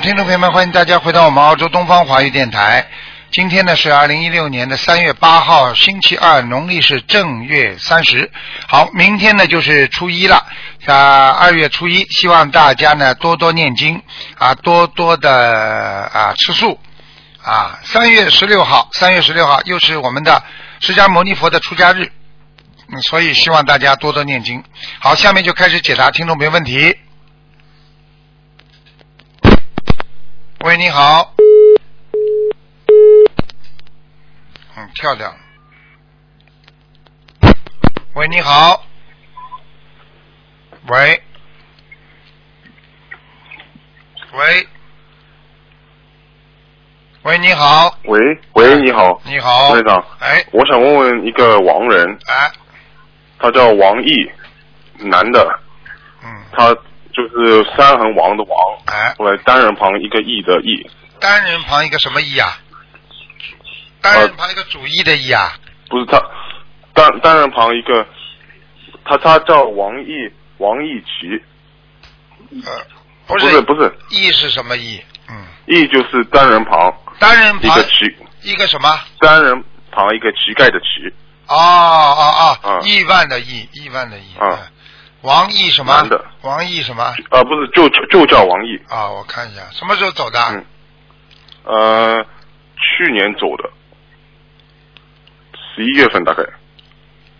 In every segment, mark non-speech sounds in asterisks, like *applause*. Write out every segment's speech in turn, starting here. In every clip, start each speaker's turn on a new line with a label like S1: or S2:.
S1: 听众朋友们，欢迎大家回到我们澳洲东方华语电台。今天呢是二零一六年的三月八号，星期二，农历是正月三十。好，明天呢就是初一了，啊，二月初一，希望大家呢多多念经啊，多多的啊吃素啊。三月十六号，三月十六号又是我们的释迦牟尼佛的出家日，嗯，所以希望大家多多念经。好，下面就开始解答听众朋友问题。喂，你好。嗯，跳掉了。喂，你好。喂。喂。喂，你好。
S2: 喂喂，你好，
S1: 啊你好
S2: 卢队长，
S1: 哎，
S2: 我想问问一个亡人，
S1: 哎，
S2: 他叫王毅，男的，
S1: 嗯，
S2: 他就是三横王的王，
S1: 哎，
S2: 后来单人旁一个义的义，
S1: 单人旁一个什么义啊？单人旁一个主义的义啊？
S2: 不是他单单人旁一个，他他叫王毅王义奇，
S1: 呃，
S2: 不
S1: 不
S2: 是
S1: 是，
S2: 不是
S1: 义是什么义？嗯，
S2: 义就是单人旁
S1: 单人
S2: 一
S1: 旁
S2: 个乞，
S1: 一个什么？
S2: 单人旁一个乞丐的乞，
S1: 哦哦哦，
S2: 嗯
S1: 亿万的亿，亿万的亿。
S2: 嗯
S1: 嗯王毅什么
S2: 男的？
S1: 王毅什么？
S2: 啊不是就就就叫王毅，
S1: 啊，我看 *coughs* 一下，什么时候走的？
S2: 嗯呃，去年走的，十一月份大概。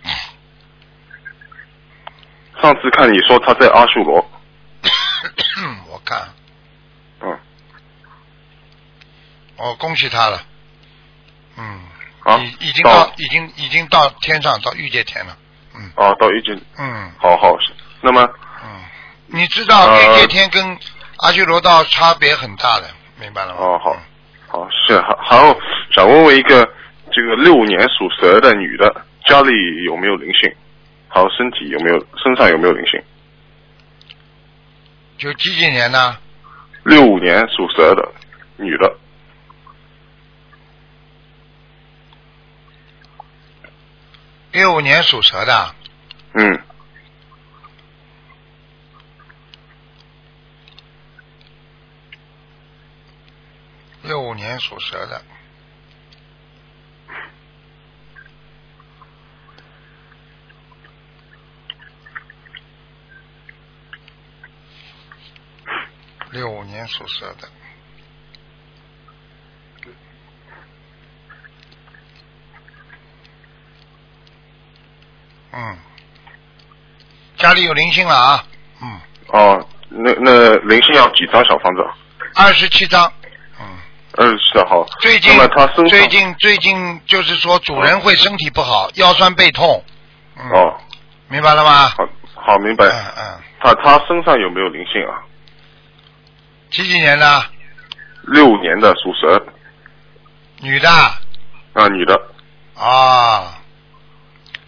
S1: 嗯
S2: 上次看你说他在阿修罗，
S1: 我看，
S2: 嗯，
S1: 我哦恭喜他了。嗯，
S2: 啊
S1: 已已经
S2: 到
S1: 到，已经已经到天上，到御界天了。
S2: 啊，到一经，
S1: 嗯
S2: 好好，那么
S1: 嗯，你知道
S2: 呃
S1: 御界天跟阿修罗道差别很大的，明白了吗？嗯
S2: 哦好好是还还有想问问一个这个六年属蛇的女的家里有没有灵性，还有身体有没有身上有没有灵性？
S1: 就几几年呢？
S2: 六五年属蛇的女的，
S1: 六五年属蛇的，
S2: 嗯，
S1: 六五年属蛇的。六五年属蛇的，嗯，家里有灵性了啊，嗯，
S2: 哦，那那灵性要几张小房子？啊
S1: 二十七张，嗯，
S2: 二十四号。
S1: 最近
S2: 那么他身上
S1: 最近最近就是说主人会身体不好，腰酸背痛。嗯、，
S2: 哦，
S1: 明白了吗？
S2: 好，好，明白
S1: 嗯。嗯，
S2: 他他身上有没有灵性啊？
S1: 几几年的？
S2: 六五年的属蛇
S1: 女的啊、
S2: 啊，女的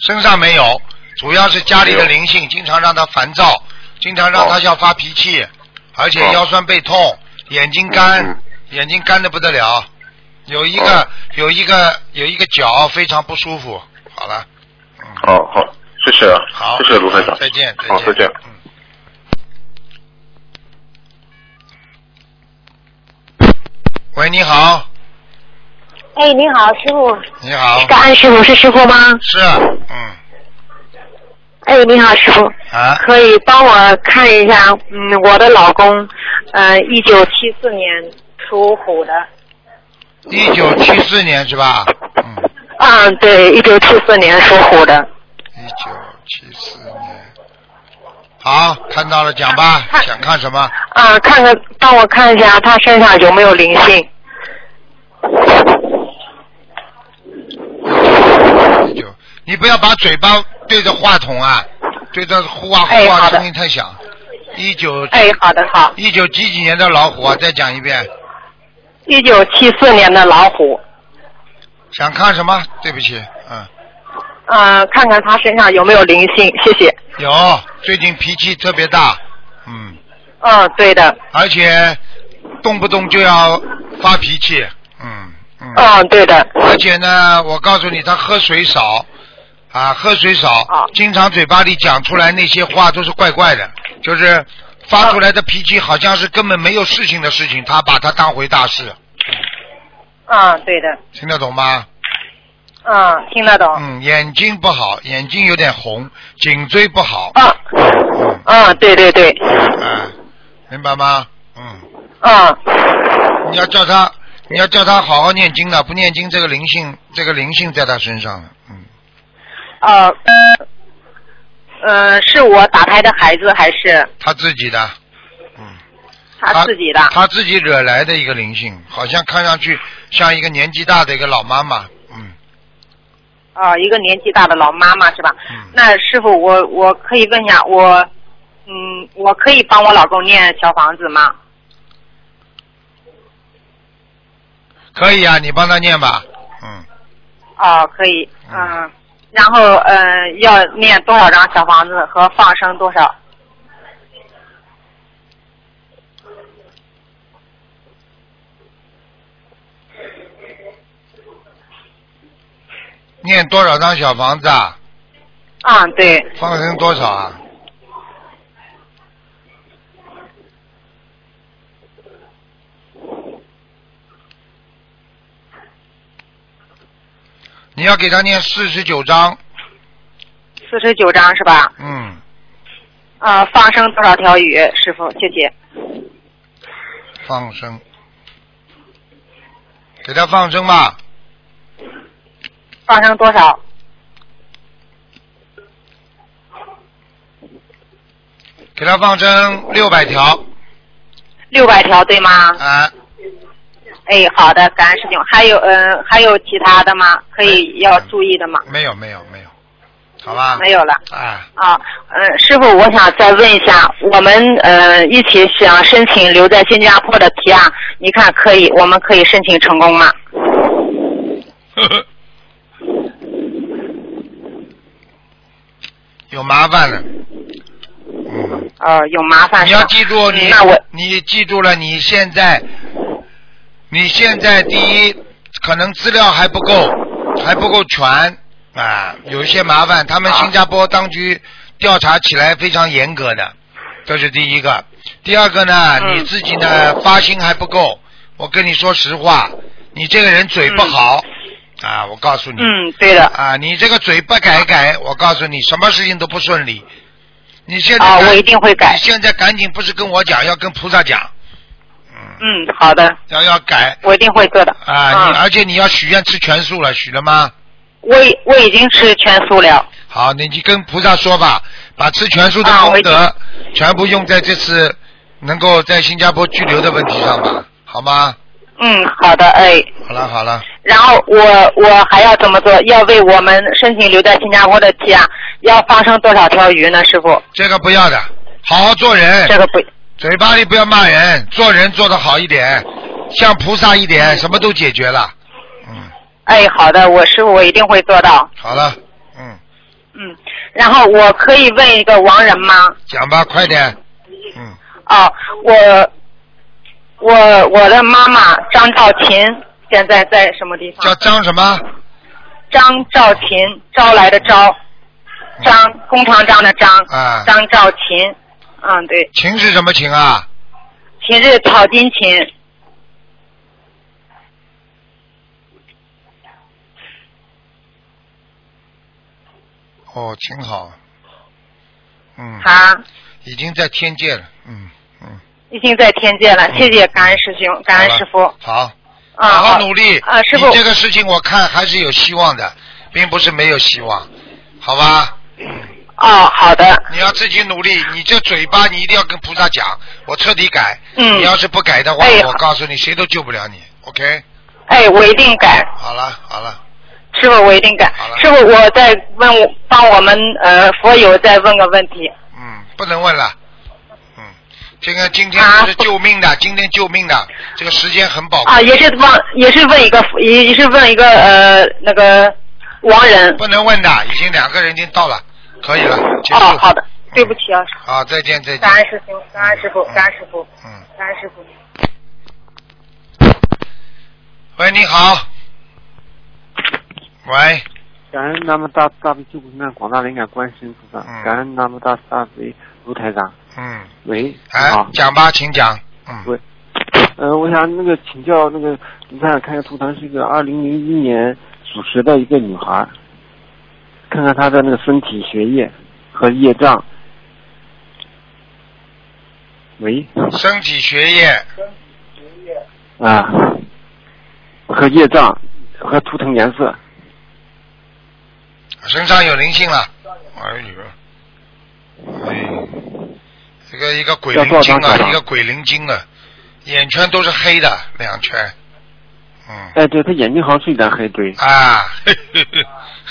S1: 身上没有，主要是家里的
S2: 没有
S1: 灵性经常让她烦躁，经常让她
S2: 哦
S1: 要发脾气，而且
S2: 哦
S1: 腰酸背痛，眼睛干，
S2: 嗯嗯
S1: 眼睛干的不得了，有一个、
S2: 哦
S1: 有一个有一个脚非常不舒服。好了，
S2: 哦，好，谢谢啊，
S1: 嗯好，
S2: 谢谢卢台长，
S1: 再见，
S2: 好，再见。
S1: 嗯喂，你好，
S3: 哎，你好，师傅。
S1: 你好，
S3: 感恩师傅是师傅吗？
S1: 是，嗯，
S3: 哎，你好，师傅，
S1: 啊，
S3: 可以帮我看一下，嗯，我的老公，呃，一九七四年属虎的。
S1: 一九七四年是吧？嗯，
S3: 啊，对，一九七四年属虎的。
S1: 一九七四年，好，看到了，讲吧，想看什么？
S3: 啊，看看，帮我看一下他身上有没有灵性。
S1: 一九，你不要把嘴巴对着话筒啊，对着呼啊
S3: 哎
S1: 呼啊，
S3: 好的
S1: 声音太响。一九
S3: 哎，好的，好。
S1: 一九几几年的老虎啊？再讲一遍，
S3: 一九七四年的老虎，
S1: 想看什么？对不起，嗯。
S3: 啊，看看他身上有没有灵性，谢谢。
S1: 有，最近脾气特别大，嗯，
S3: 嗯，对的。
S1: 而且动不动就要发脾气，嗯嗯，
S3: 嗯，对的。
S1: 而且呢，我告诉你，他喝水少，啊，喝水少
S3: 啊，
S1: 经常嘴巴里讲出来那些话都是怪怪的，就是发出来的脾气好像是根本没有事情的事情，他把它当回大事，
S3: 啊，对的，
S1: 听得懂吗？
S3: 啊，听得懂。
S1: 嗯，眼睛不好，眼睛有点红，颈椎不好，
S3: 啊，啊，对对对，
S1: 啊，明白吗？嗯，
S3: 啊，
S1: 你要叫他，你要叫他好好念经的，不念经这个灵性，这个灵性在他身上了，嗯，
S3: 啊，呃，是我打胎的孩子还是
S1: 他自己的，嗯。
S3: 啊他自己的？
S1: 他自己惹来的一个灵性，好像看上去像一个年纪大的一个老妈妈，嗯，
S3: 啊，一个年纪大的老妈妈是吧？
S1: 嗯
S3: 那师傅，我我可以问一下，我嗯，我可以帮我老公念小房子吗？
S1: 可以啊，你帮他念吧，嗯，
S3: 哦，可以，
S1: 嗯
S3: 嗯。然后，呃，要念多少张小房子和放生多少？
S1: 念多少张小房子啊？
S3: 嗯，对，
S1: 放生多少啊？你要给他念四十九章，
S3: 四十九张是吧？
S1: 嗯，
S3: 啊，放生多少条鱼？师傅，谢谢。
S1: 放生，给他放生吧，
S3: 放生多少？
S1: 给他放生六百条，
S3: 六百条，对吗？
S1: 啊，
S3: 哎，好的，感恩师兄。还有，嗯、还有其他的吗？可以
S1: 哎
S3: 要注意的吗？
S1: 没有没有没有，好吧，
S3: 没有了。
S1: 啊，
S3: 啊，嗯，师傅，我想再问一下，我们呃一起想申请留在新加坡的提案，你看可以，我们可以申请成功吗？
S1: 呵呵 *laughs* 有麻烦了，嗯。
S3: 呃，有麻烦
S1: 你
S3: 是吧。
S1: 要记住，
S3: 嗯
S1: 你
S3: 那我
S1: 你记住了，你现在你现在第一可能资料还不够，还不够全啊，有一些麻烦。他们新加坡当局调查起来非常严格的，这是第一个。第二个呢，
S3: 嗯
S1: 你自己呢发心还不够。我跟你说实话，你这个人嘴不好、啊，我告诉你，
S3: 嗯，对的。
S1: 啊，你这个嘴不改一改，我告诉你，什么事情都不顺利。你现在
S3: 啊，
S1: 赶
S3: 我一定会改
S1: 你。现在赶紧不是跟我讲，要跟菩萨讲，嗯，
S3: 嗯，好的，
S1: 要要改
S3: 我一定会做的。
S1: 啊！你
S3: 嗯
S1: 而且你要许愿吃全素了，许了吗？
S3: 我已我已经吃全素了。
S1: 好，你就跟菩萨说吧，把吃全素的
S3: 啊我
S1: 功
S3: 已经
S1: 德全部用在这次能够在新加坡拘留的问题上吧，好吗？
S3: 嗯，好的，哎。
S1: 好了好了，
S3: 然后我我还要怎么做？要为我们申请留在新加坡的提案，要放生多少条鱼呢？师傅，
S1: 这个不要的，好好做人，
S3: 这个不
S1: 嘴巴里不要骂人，做人做得好一点，像菩萨一
S3: 嗯
S1: 点，什么都解决了。嗯，
S3: 哎，好的，我师傅我一定会做到。
S1: 好了，嗯，
S3: 嗯，然后我可以问一个亡人吗？
S1: 讲吧，快点，嗯。
S3: 哦，我我我的妈妈张兆琴现在在什么地
S1: 叫
S3: 方？
S1: 张什么？
S3: 张兆琴，招来的招，
S1: 嗯
S3: 张工长张的张，
S1: 啊，
S3: 张兆琴。嗯，对，
S1: 琴是什么琴啊？
S3: 琴是草金琴。
S1: 哦，琴好，嗯，
S3: 啊，
S1: 已经在天界了，嗯嗯，
S3: 已经在天界了，谢谢感恩师兄，感恩师傅。
S1: 好，
S3: 啊，
S1: 好好努力，
S3: 啊，师
S1: 你
S3: 傅，
S1: 这个事情我看还是有希望的，并不是没有希望，好吧？
S3: 哦，好的，
S1: 你要自己努力，你这嘴巴你一定要跟菩萨讲，我彻底改，
S3: 嗯
S1: 你要是不改的话，
S3: 哎
S1: 我
S3: 好
S1: 告诉你谁都救不了你，OK？
S3: 哎，我一定改，
S1: 好了好了，
S3: 师傅，我一定改
S1: 好了。
S3: 师傅，我再问我帮我们呃佛友再问个问题。
S1: 嗯，不能问了，嗯，这个今天
S3: 啊
S1: 不是救命的，今天救命的，这个时间很宝贵。
S3: 啊，也是问，也是问一个，也也是问一个呃那个亡人。
S1: 不能问的，已经两个人已经到了，可以了，结束。
S3: 哦，好的，对不起啊，
S1: 好，再见，再见
S3: 感。恩师兄，感恩师傅，感恩师傅，
S1: 嗯，
S3: 感恩师傅。
S1: 喂，你好。喂，
S4: 感恩南无大慈大悲救苦救难广大灵感观世音菩萨
S1: 嗯，
S4: 感恩南无大慈大悲卢台长，
S1: 嗯，
S4: 喂，
S1: 哎
S4: 啊，，
S1: 讲吧，请讲。嗯，
S4: 喂，呃，我想那个请教那个，你看看一下图腾是一个二零零一年属实的一个女孩，看看她的那个身体、学业和业障。喂，
S1: 身体学业，
S4: 啊，和业障和图腾颜色
S1: 身上有灵性了。哎呦，哎，这个一个鬼灵精
S4: 要多少
S1: 啊
S4: 张小，房
S1: 一个鬼灵精啊，眼圈都是黑的，两圈。嗯。
S4: 哎，对，他眼睛好像是有点黑，对。
S1: 啊， *laughs* 嘿嘿嘿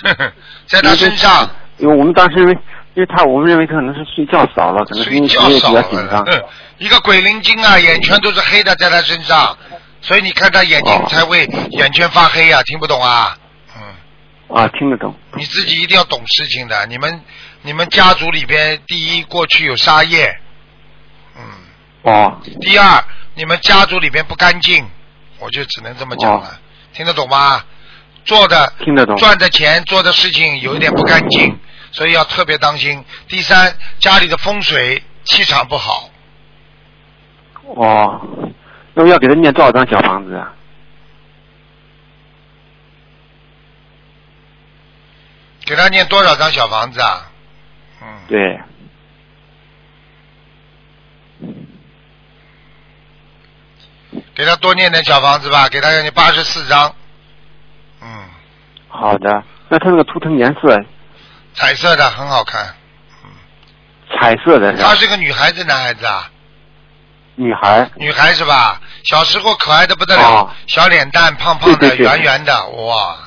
S1: 呵呵在他身上
S4: 因为我们当时认为，因为他我们认为他可能是睡觉少了，可能是因
S1: 睡
S4: 为
S1: 觉
S4: 学业
S1: 少
S4: 比较紧
S1: 了嗯
S4: 张，。
S1: 哼一个鬼灵精啊，眼圈都是黑的，在他身上，所以你看他眼睛
S4: 哦
S1: 才会眼圈发黑啊，听不懂啊？嗯，
S4: 啊，听得懂。
S1: 你自己一定要懂事情的。你们你们家族里边，第一过去有杀业，嗯，
S4: 哦，
S1: 第二你们家族里边不干净，我就只能这么讲了，听得懂吗？做的
S4: 听得懂。
S1: 赚的钱做的事情有一点不干净，所以要特别当心。第三，家里的风水气场不好，
S4: 哦，那我要给他念多少张小房子啊？
S1: 给他念多少张小房子啊？嗯，
S4: 对，
S1: 给他多念点小房子吧，给他念八十四张。嗯，
S4: 好的。那他那个图腾颜色，
S1: 彩色的很好看。
S4: 彩色的是吧
S1: 她？是个女孩子，男孩子啊？
S4: 女孩。
S1: 女孩是吧？小时候可爱的不得了，
S4: 哦
S1: 小脸蛋，胖胖的，
S4: 对对对
S1: 圆圆的，哇，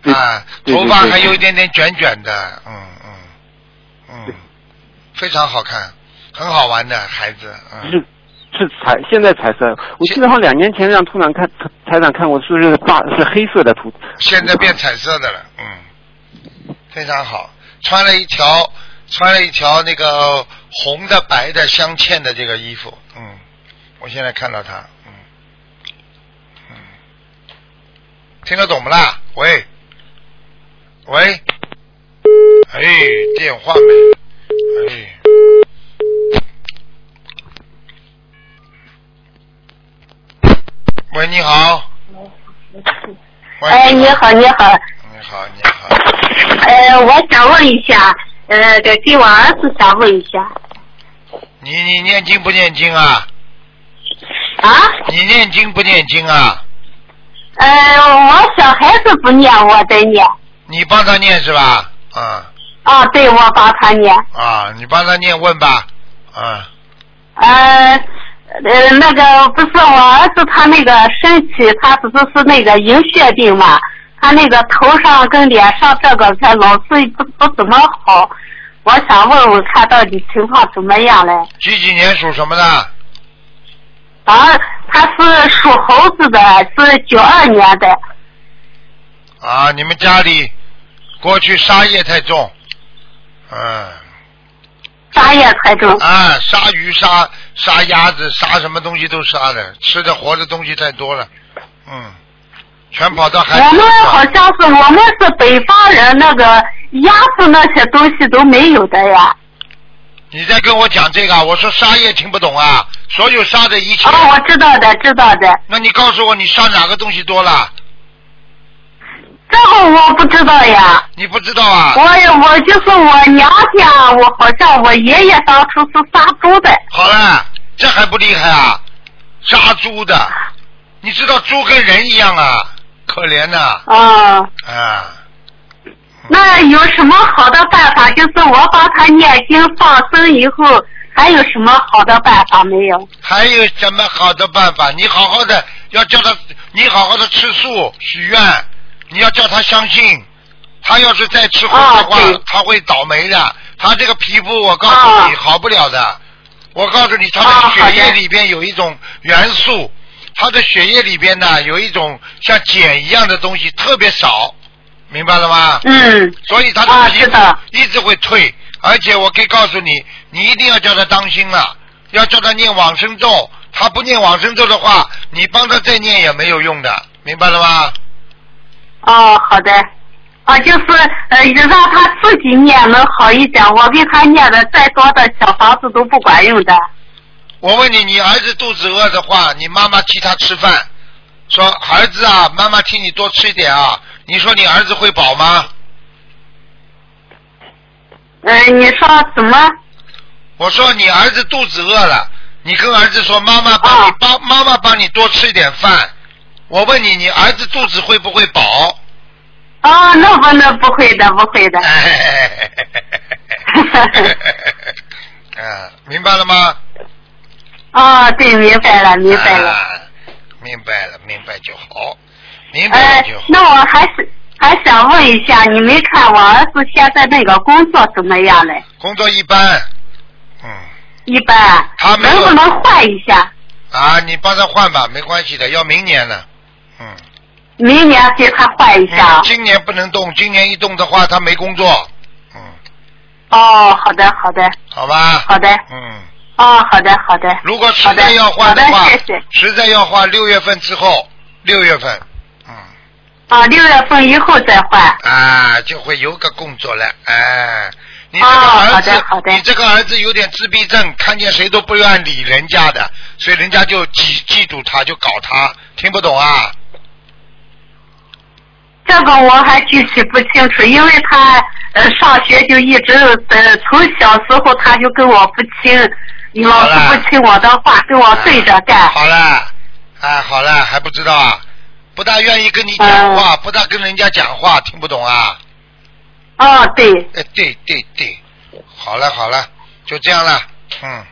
S4: 对
S1: 啊，
S4: 对对
S1: 头发
S4: 对
S1: 还
S4: 对
S1: 有一点点卷卷的，嗯嗯嗯
S4: 对，
S1: 非常好看，很好玩的孩子，嗯，
S4: 是是彩，现在彩色。我记得好像两年前让图长看台长看过，是不是大是黑色的图？
S1: 现在变彩色的了，嗯，非常好，穿了一条穿了一条那个红的白的镶嵌的这个衣服，嗯，我现在看到他，嗯嗯，听得懂不啦？喂喂，哎，电话没，哎。喂，你好。喂，
S5: 哎，你好，你好，
S1: 你好，你好，
S5: 呃，我想问一下，呃，给给我儿子想问一下，
S1: 你你念经不念经啊？
S5: 啊，
S1: 你念经不念经啊？
S5: 呃，我小孩子不念，我在念，
S1: 你帮他念是吧？啊
S5: 啊，对，我帮他念，
S1: 啊，你帮他念问吧。啊，
S5: 呃，呃，那个不是我儿子他那个身体，他不是是那个银屑病嘛，他那个头上跟脸上这个他老是不不怎么好，我想问问看到底情况怎么样嘞？
S1: 几几年属什么的？
S5: 啊，他是属猴子的，是九二年的。
S1: 啊，你们家里过去杀业太重。嗯
S5: 沙叶才中。
S1: 啊，杀鱼、杀杀鸭子、杀什么东西都杀的，吃的活的东西太多了。嗯，全跑到海里
S5: 我们好
S1: 了。
S5: 像是我们是北方人，那个鸭子那些东西都没有的呀。
S1: 你在跟我讲这个啊？我说杀业听不懂啊，所有杀的一切。
S5: 哦，我知道的，知道的。
S1: 那你告诉我，你杀哪个东西多了？
S5: 这个我不知道呀。
S1: 你不知道啊
S5: 我？也我就是我娘家，我好像我爷爷当初是杀猪的。
S1: 好了，这还不厉害啊？杀猪的，你知道猪跟人一样啊，可怜呐
S5: 嗯，
S1: 啊
S5: 那有什么好的办法？就是我帮他念经放生以后，还有什么好的办法没有？
S1: 还有什么好的办法？你好好的要叫他，你好好的吃素许愿，你要叫他相信，他要是再吃荤的话，
S5: 啊对
S1: 他会倒霉的。他这个皮肤，我告诉你，
S5: 啊
S1: 好不了的。我告诉你，他
S5: 啊
S1: 的
S5: 好
S1: 血
S5: 的
S1: 液里边有一种元素，他的血液里边呢有一种像碱一样的东西，特别少，明白了吗？
S5: 嗯，
S1: 所以他
S5: 啊
S1: 的皮
S5: 是
S1: 肤
S5: 的
S1: 一直会退，而且我可以告诉你，你一定要叫他当心了，要叫他念往生咒。他不念往生咒的话，你帮他再念也没有用的，明白了吗？
S5: 哦，好的。啊，就是呃，让他自己念能好一点。我给他念的再多的小房子都不管用的。
S1: 我问你，你儿子肚子饿的话，你妈妈替他吃饭，说儿子啊，妈妈替你多吃一点啊，你说你儿子会饱吗？
S5: 嗯、你说什么？
S1: 我说你儿子肚子饿了，你跟儿子说妈妈帮你
S5: 哦
S1: 帮妈妈帮你多吃一点饭。我问你，你儿子肚子会不会饱？
S5: 哦，那不那不
S1: *laughs*
S5: 会的，不会的。
S1: 哎嗯，明白了吗？
S5: 哦，对，明白了，明白了。
S1: 啊明白了，明白就好，明白
S5: 哎
S1: 了就好。，
S5: 那我还是还想问一下，你没看我儿子现在那个工作怎么样嘞？
S1: 工作一般，嗯，
S5: 一般
S1: 他，没有
S5: 能不能换一下？
S1: 啊，你帮他换吧，没关系的，要明年了，嗯，
S5: 明年给他换一下啊。
S1: 今年不能动，今年一动的话，他没工作，嗯，
S5: 哦，好的，好的，
S1: 好吧，
S5: 好的，
S1: 嗯，
S5: 哦，好的，好的。
S1: 如果实
S5: 好的
S1: 在要换
S5: 好
S1: 话
S5: 的，谢谢，
S1: 实在要换六月份之后，六月份，嗯，
S5: 啊，六月份以后再换。
S1: 啊，就会有个工作了，哎、你这个
S5: 哦
S1: 儿
S5: 好
S1: 子
S5: 的好，的
S1: 你这个儿子有点自闭症，看见谁都不愿理人家的，所以人家就嫉嫉妒他，就搞他，听不懂啊？
S5: 这个我还具体不清楚，因为他呃上学就一直呃从小时候他就跟我不亲，老
S1: 好
S5: 是
S1: 了
S5: 不听我的话，跟我对着干。
S1: 好了，哎，好了，还不知道啊？不大愿意跟你讲话，
S5: 嗯
S1: 不大跟人家讲话，听不懂啊？
S5: 哦，对，
S1: 哎，对对对，好了好了，就这样了，嗯，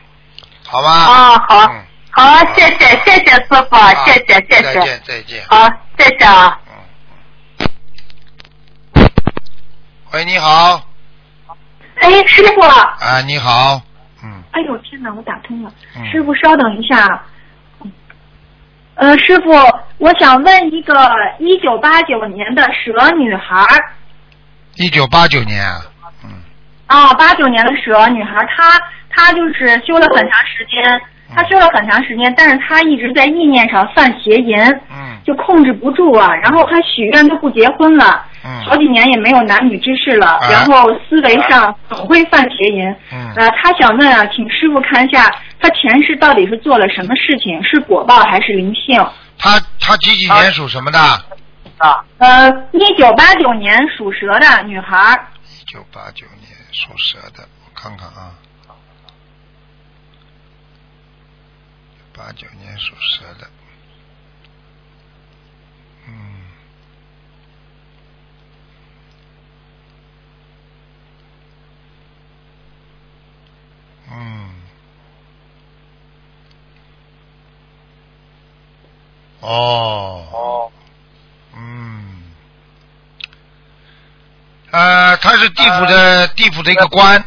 S1: 好吗？
S5: 哦好
S1: 嗯，
S5: 好，谢谢谢谢师傅，
S1: 好
S5: 谢谢谢
S1: 再
S5: 谢，
S1: 见再见。
S5: 好，谢谢啊。
S1: 喂，你好，
S6: 哎，师傅，
S1: 啊，你好，嗯
S6: 哎呦天哪，我打通了，
S1: 嗯，
S6: 师傅稍等一下啊。呃，师傅，我想问一个一九八九年的蛇女孩儿
S1: 一九八九年啊，嗯
S6: 啊，八九年的蛇女孩儿，她她就是修了很长时间，
S1: 嗯
S6: 她修了很长时间，但是她一直在意念上犯邪淫，
S1: 嗯
S6: 就控制不住啊，然后她许愿都不结婚了，好
S1: 嗯
S6: 几年也没有男女之事了，
S1: 哎
S6: 然后思维上总会犯邪淫，
S1: 嗯，
S6: 呃，他想问啊，请师傅看一下他前世到底是做了什么事情，是果报还是灵性？
S1: 他他几几年属什么的？
S6: 呃，一九八九年属蛇的女孩儿，
S1: 一九八九年属蛇的，我看看啊，八九年属蛇的，嗯，嗯，哦，哦，嗯。呃，他是地府的、地府的一个官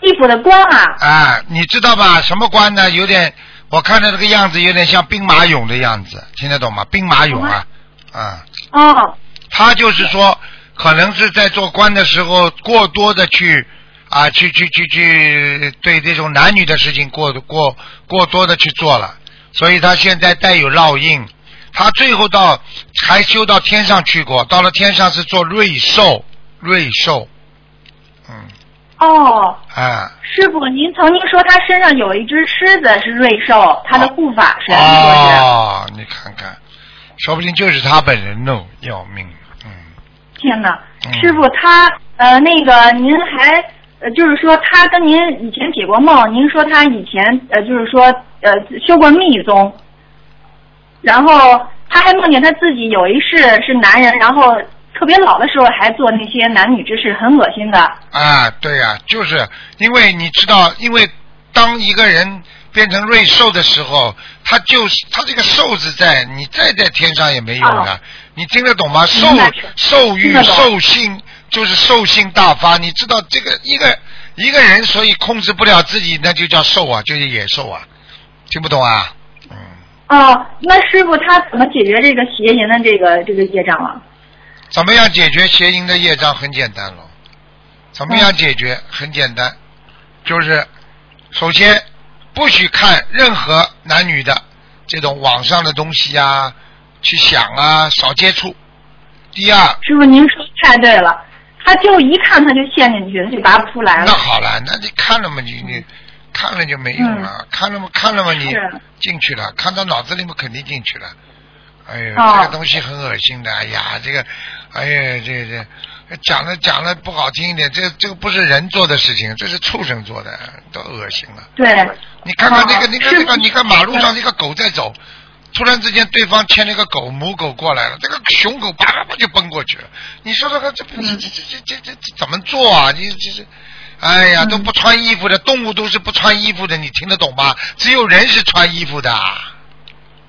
S6: 地府的官啊，
S1: 啊，你知道吧？什么官呢？有点，我看着这个样子有点像兵马俑的样子，听得懂吗？兵马俑啊，啊，
S6: 哦，
S1: 他就是说，可能是在做官的时候过多的去啊，去去去去对这种男女的事情过过过多的去做了，所以他现在带有烙印。他最后到还修到天上去过，到了天上是做瑞兽，瑞兽，嗯，
S6: 哦，
S1: 啊，
S6: 师傅，您曾经说他身上有一只狮子是瑞兽，他的护法神说是。
S1: 哦，你看看，说不定就是他本人喽，要命，嗯，
S6: 天呐，
S1: 嗯
S6: 师傅他呃那个您还呃就是说他跟您以前解过梦，您说他以前呃就是说呃修过密宗，然后他还梦见他自己有一世是男人，然后特别老的时候还做那些男女之事，很恶心的。
S1: 啊，对呀、就是因为你知道，因为当一个人变成瑞兽的时候，他就是他这个兽字在，你再在天上也没用的，
S6: 哦
S1: 你听得懂吗？兽
S6: 明白是
S1: 兽欲
S6: 听得懂
S1: 兽性就是兽性大发，你知道这个一个一个人，所以控制不了自己，那就叫兽啊，就是野兽啊，听不懂啊？嗯，
S6: 哦，那师傅他怎么解决这个邪淫的这个这个业障啊？
S1: 怎么样解决邪淫的业障？很简单了。怎么样解决？很简单，就是首先不许看任何男女的这种网上的东西啊，去想啊，少接触。第二，
S6: 师傅您说太对了，他就一看他就陷进去，他就拔不出来了嗯
S1: 那。好了，那你看了嘛，你你看了就没用了，看了嘛看了嘛，你
S6: 是
S1: 进去了，看到脑子里面肯定进去了。哎呦，
S6: 哦
S1: 这个东西很恶心的，哎呀，这个，哎呀，这个这讲了讲了不好听一点，这这个不是人做的事情，这是畜生做的，都恶心了。
S6: 对，
S1: 你看看那个、
S6: 哦
S1: 那个
S6: 是
S1: 那个，你看马路上那个狗在走，突然之间对方牵了一个狗母狗过来了，这个雄狗叭叭叭就奔过去了。你说这个这这这这这这这怎么做啊？你这这，哎呀，都不穿衣服的动物都是不穿衣服的，你听得懂吗？只有人是穿衣服的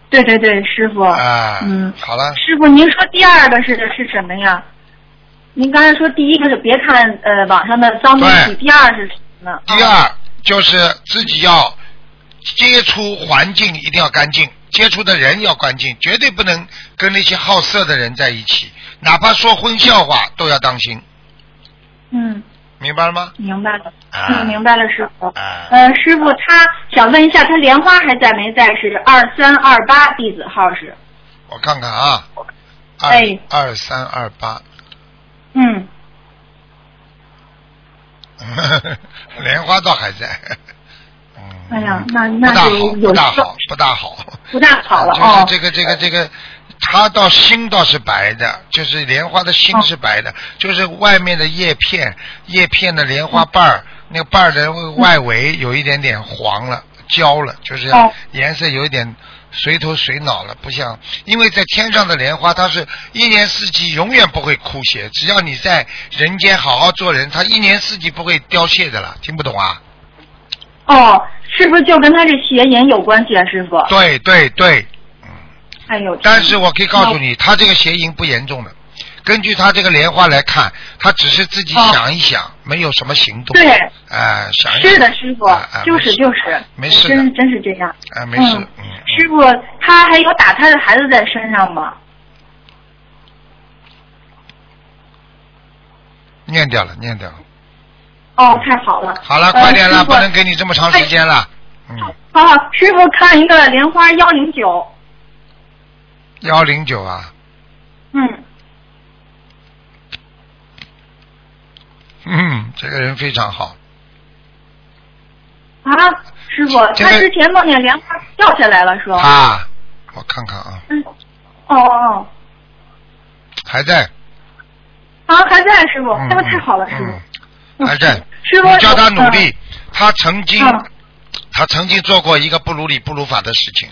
S6: 对对对，师傅。
S1: 啊。
S6: 嗯
S1: 好了，
S6: 师傅，您说第二个是是什么呀？您刚才说第一个是别看呃网上的脏东西，
S1: 对
S6: 第二是什么呢？
S1: 第二就是自己要接触环境一定要干净，接触的人要干净，绝对不能跟那些好色的人在一起，哪怕说荤笑话都要当心，
S6: 嗯，
S1: 明白了吗？
S6: 明白了，
S1: 啊
S6: 嗯，明白了，师傅。
S1: 啊，
S6: 呃，师傅，他想问一下，他莲花还在没在？是二三二八弟子号是？
S1: 我看看啊，二
S6: 哎
S1: 二三二八， *laughs*
S6: 嗯，
S1: 莲花倒还在。嗯
S6: 哎呀那
S1: 不
S6: 那
S1: 大
S6: 就
S1: 好，
S6: 有
S1: 不大
S6: 事儿
S1: 好，不大好。
S6: 不大好了
S1: 就是
S6: 哦。
S1: 这个这个这个，它倒心倒是白的，就是莲花的心
S6: 哦
S1: 是白的，就是外面的叶片，叶片的莲花瓣
S6: 嗯
S1: 儿，那个瓣儿的外围有一点点黄了。焦了，就是
S6: 哦
S1: 颜色有一点随头随脑了，不像，因为在天上的莲花，它是一年四季永远不会枯谢，只要你在人间好好做人，它一年四季不会凋谢的了。听不懂啊？
S6: 哦，是不是就跟他这邪淫有关系啊，师傅？
S1: 对对对，
S6: 哎呦，
S1: 但是我可以告诉你，他这个邪淫不严重的。根据他这个莲花来看，他只是自己
S6: 哦
S1: 想一想，没有什么行动。
S6: 对
S1: 哎、想一想。
S6: 是的，师傅
S1: 啊啊，
S6: 就是
S1: 没事
S6: 就是，
S1: 没事的
S6: 真真是这样。
S1: 哎、没事。
S6: 嗯
S1: 嗯。
S6: 师傅，他还有打他的孩子在身上吗？
S1: 嗯念掉了，念掉了。
S6: 哦，太好了。
S1: 嗯
S6: 哎
S1: 好了，
S6: 呃
S1: 快点了，
S6: 师傅
S1: 不能给你这么长时间了。嗯，
S6: 好好，师傅看一个莲花幺零九，
S1: 幺零九啊，
S6: 嗯，
S1: 嗯，这个人非常好。
S6: 啊，师傅，
S1: 这个
S6: 他之前梦见莲花掉下来了，说，
S1: 啊，我看看啊，
S6: 嗯，哦哦，
S1: 还在。
S6: 哦，啊，还在师傅，
S1: 嗯
S6: 那个太好了，师
S1: 嗯
S6: 傅，
S1: 嗯，还在。
S6: 师傅，
S1: 你叫他努
S6: 嗯
S1: 力，他曾经
S6: 嗯，
S1: 他曾经做过一个不如理不如法的事情，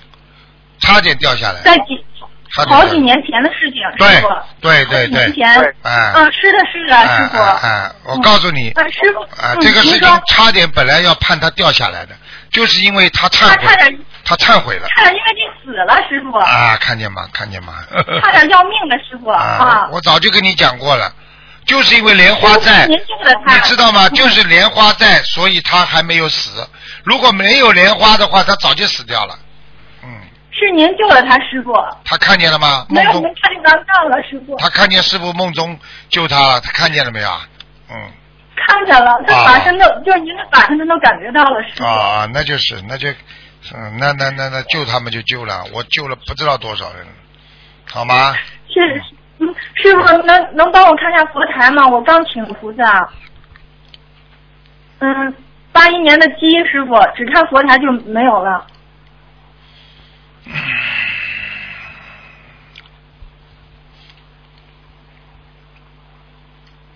S1: 差点掉下来。
S6: 在几
S1: 差点
S6: 好
S1: 掉
S6: 几年前的事情，
S1: 对
S6: 师傅，
S1: 对对
S6: 好几年
S1: 对，
S6: 前，
S1: 哎，
S6: 嗯，是的，是的，
S1: 哎
S6: 师傅，
S1: 哎哎，我告诉你，
S6: 嗯，师傅，
S1: 啊，
S6: 嗯
S1: 这个
S6: 您
S1: 事情
S6: 说
S1: 差点本来要判他掉下来的，就是因为他忏
S6: 他差
S1: 悔
S6: 点，
S1: 他忏悔了
S6: 差点因为这死了，师傅，
S1: 啊，看见吗？看见吗？
S6: *laughs*
S1: *laughs*
S6: 差点要命了，师傅
S1: 啊
S6: 啊，，
S1: 我早就跟你讲过了，就是因为莲花在，
S6: 您救了他，嗯
S1: 你知道吗？就是莲花在，所以他还没有死。如果没有莲花的话，他早就死掉了。嗯，
S6: 是您救了他，师傅，
S1: 他看见了吗？
S6: 没
S1: 梦
S6: 有您
S1: 中，
S6: 看咱干了，师傅。
S1: 他看见师傅梦中救他了，他看见了没有啊？嗯，
S6: 看见了，他
S1: 啊
S6: 法身都、就是您的法身他都感觉到了，师傅。
S1: 啊，那就是，那就，嗯，那那那那救他们就救了，我救了不知道多少人了，好吗？
S6: 是，嗯，师傅能能帮我看一下佛台吗？我刚请菩萨。嗯，八一年的鸡师傅，只看佛台就没有了。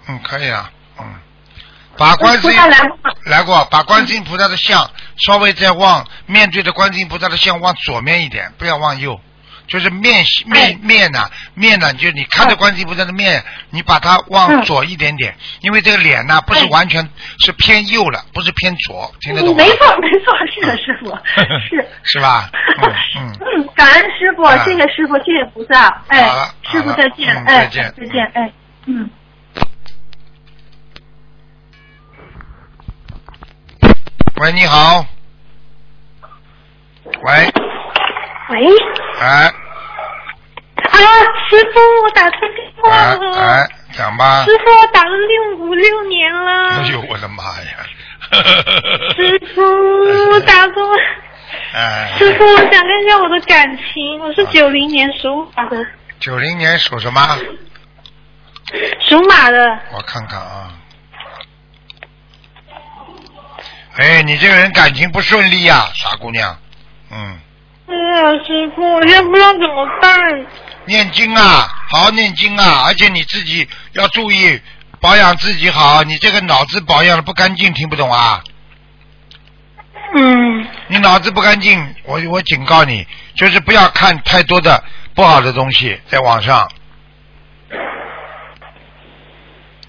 S1: 嗯，可以啊，嗯，把观世
S6: 菩
S1: 音
S6: 萨来过吗
S1: 来过，把观世音菩萨的像稍微再往面对着观世音菩萨的像往左面一点，不要往右，就是
S6: 哎
S1: 面面面呐、面呐、就是你看着观世音菩萨的面，你把它往
S6: 嗯
S1: 左一点点，因为这个脸呐、不是
S6: 哎
S1: 完全是偏右了，不是偏左，听得懂吗
S6: 没？错，没错，是的，师傅，是。
S1: 是吧？嗯嗯。
S6: 嗯，感恩师傅
S1: 啊，
S6: 谢谢师傅，谢谢菩萨，哎
S1: 好了，
S6: 师傅
S1: 好了
S6: 再见
S1: 嗯，
S6: 哎，
S1: 再见
S6: 再见，哎，嗯。
S1: 喂，你好。喂，
S7: 喂，
S1: 哎
S7: 啊，师傅，我打错电话
S1: 哎
S7: 了。
S1: 哎，讲吧
S7: 师。傅，我打了六五六年了。
S1: 哎呦，我的妈呀！ *laughs*
S7: 师傅，我打错。
S1: 哎，
S7: 师傅，我想看
S1: 啊
S7: 一下我的感情，我是九零年属马的。
S1: 九零年属什么？
S7: 属马的，
S1: 我看看啊。哎，你这个人感情不顺利呀、傻姑娘。嗯，
S7: 哎呀，师傅，我也不知道怎么办。
S1: 念经啊，好好念经啊，而且你自己要注意保养自己好，你这个脑子保养的不干净，听不懂啊？
S7: 嗯
S1: 你脑子不干净，我我警告你，就是不要看太多的不好的东西在网上。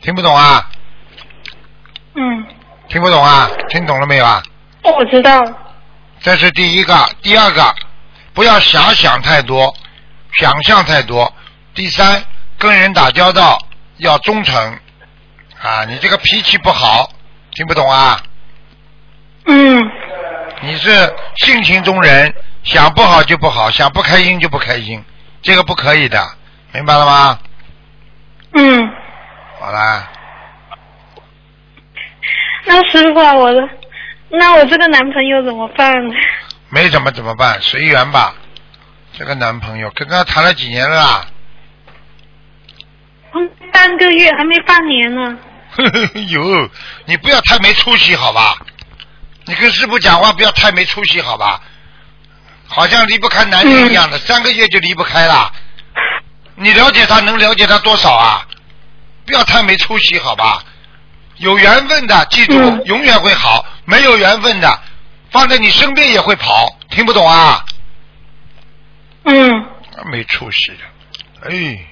S1: 听不懂啊？
S7: 嗯，
S1: 听不懂啊？听懂了没有啊？
S7: 哦我知道。
S1: 这是第一个，第二个，不要遐想太多，想象太多。第三，跟人打交道要忠诚啊！你这个脾气不好，听不懂啊？
S7: 嗯
S1: 你是性情中人，想不好就不好，想不开心就不开心，这个不可以的，明白了吗？
S7: 嗯，
S1: 好啦，
S7: 那师傅啊，我的，那我这个男朋友怎么办？
S1: 没怎么怎么办，随缘吧。这个男朋友跟他谈了几年了 *laughs* 啊？
S7: 嗯半个月还没半年呢。
S1: 有，你不要太没出息，好吧？你跟师傅讲话不要太没出息，好吧？好像离不开男人一样的，三个月就离不开了。你了解他能了解他多少啊？不要太没出息，好吧？有缘分的，记住、
S7: 嗯
S1: 永远会好；没有缘分的，放在你身边也会跑。听不懂啊？
S7: 嗯
S1: 没出息的，哎，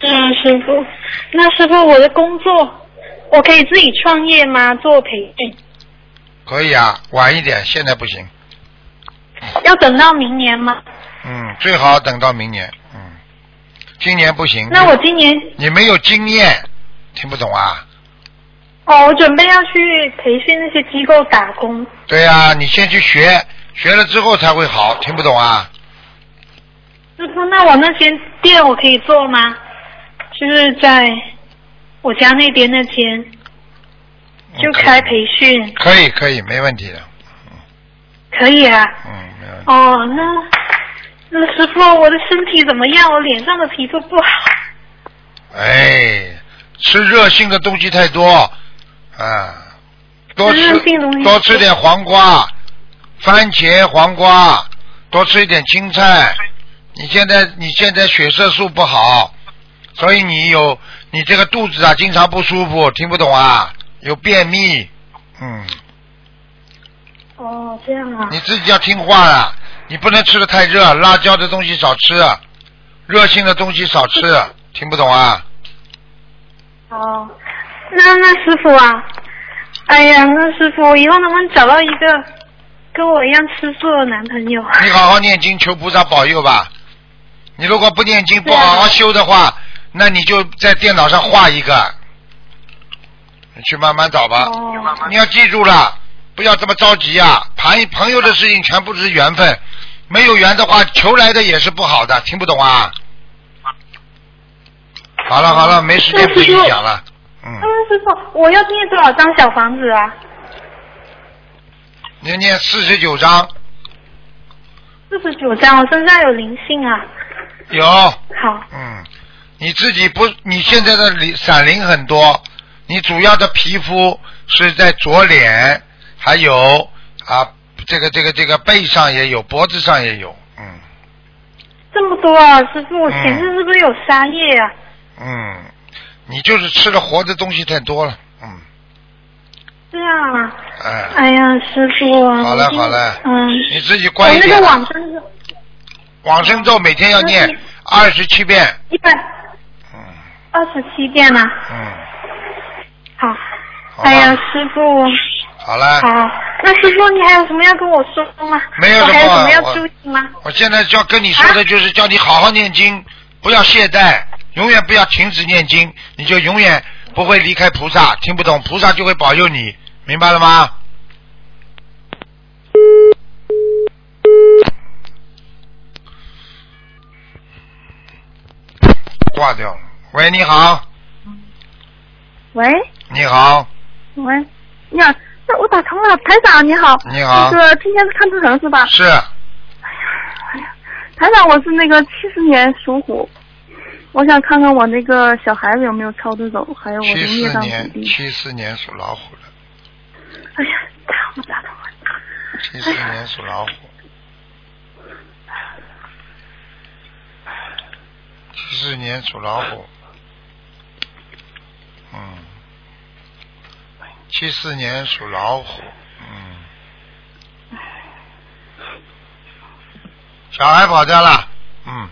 S7: 嗯，师傅，那师傅我的工作，我可以自己创业吗？做培训，
S1: 可以啊，晚一点，现在不行。
S7: 要等到明年吗？
S1: 嗯，最好等到明年。嗯，今年不行。
S7: 那我今年
S1: 你没有经验，听不懂啊？
S7: 哦，我准备要去培训那些机构打工。
S1: 对啊，你先去学，学了之后才会好，听不懂啊？
S7: 师傅，那我那间店我可以做吗？就是在我家那边那间，就开培训，
S1: 可以可以，没问题的。
S7: 可以啊。
S1: 嗯，没问题。
S7: 哦，那那师傅，我的身体怎么样？我脸上的皮肤不好。
S1: 哎，吃热性的东西太多，啊，多
S7: 吃
S1: 吃
S7: 热性东西
S1: 多吃点黄瓜、番茄、黄瓜，多吃一点青菜。你现在你现在血色素不好，所以你有你这个肚子啊经常不舒服，听不懂啊，有便秘，嗯，
S7: 哦，这样啊。
S1: 你自己要听话啊，你不能吃的太热，辣椒的东西少吃，热性的东西少吃，听不懂啊？
S7: 哦，那那师傅啊，哎呀，那师傅，我以后能不能找到一个跟我一样吃素的男朋友？
S1: 你好好念经，求菩萨保佑吧。你如果不念经，不
S7: 对啊
S1: 好好修的话，那你就在电脑上画一个，你去慢慢找吧。
S7: 哦，
S1: 你要记住了，不要这么着急啊！朋朋友的事情全部是缘分，没有缘的话，求来的也是不好的，听不懂啊？好了好了，没时间
S7: 那
S1: 不
S7: 师
S1: 跟
S7: 兄
S1: 你讲了，嗯
S7: 那，师傅，我要念多少张小房子啊？
S1: 你念四十九章，
S7: 四十九张，我身上有灵性啊。
S1: 有。
S7: 好，
S1: 嗯，你自己不，你现在的灵闪灵很多，你主要的皮肤是在左脸，还有啊，这个这个这个背上也有，脖子上也有，嗯
S7: 这么多啊，师傅，我
S1: 嗯
S7: 前世是不是有杀业啊？
S1: 嗯，你就是吃了活的东西太多了，嗯，
S7: 这样啊，
S1: 哎，
S7: 哎呀，师傅啊。
S1: 好了
S7: 我今
S1: 好了
S7: 嗯，
S1: 你自己
S7: 我
S1: 乖一
S7: 那
S1: 点
S7: 个
S1: 啊，
S7: 网上是
S1: 往生咒每天要念二十七遍，
S7: 一百
S1: 嗯
S7: 二十七遍呢、啊。
S1: 嗯，
S7: 好。
S1: 好吧
S7: 哎呀，师傅，
S1: 好了，
S7: 好，那师傅你还有什么要跟我说的吗？
S1: 没有
S7: 我
S1: 什么啊
S7: 还有什么要
S1: 我
S7: 注意吗？
S1: 我现在要跟你说
S8: 啊
S1: 的就是叫你好好念经，不要懈怠，永远不要停止念经，你就永远不会离开菩萨。听不懂，菩萨就会保佑你，明白了吗？挂掉了。喂，你好，
S8: 喂
S1: 你好，
S8: 喂，你好，那我打通了，台长你好，
S1: 你好
S8: 那个今天是看图腾是吧？哎
S1: 是
S8: 台长，我是那个七十年属虎，我想看看我那个小孩子有没有超度走，还有我
S1: 七
S8: 的业
S1: 四
S8: 障
S1: 年
S8: 比，例。
S1: 七四年属老虎的，
S8: 哎呀，太好了，打通了。
S1: 七四年属老虎。七四年属老虎，嗯，七四年属老虎，嗯，小孩跑掉了，嗯，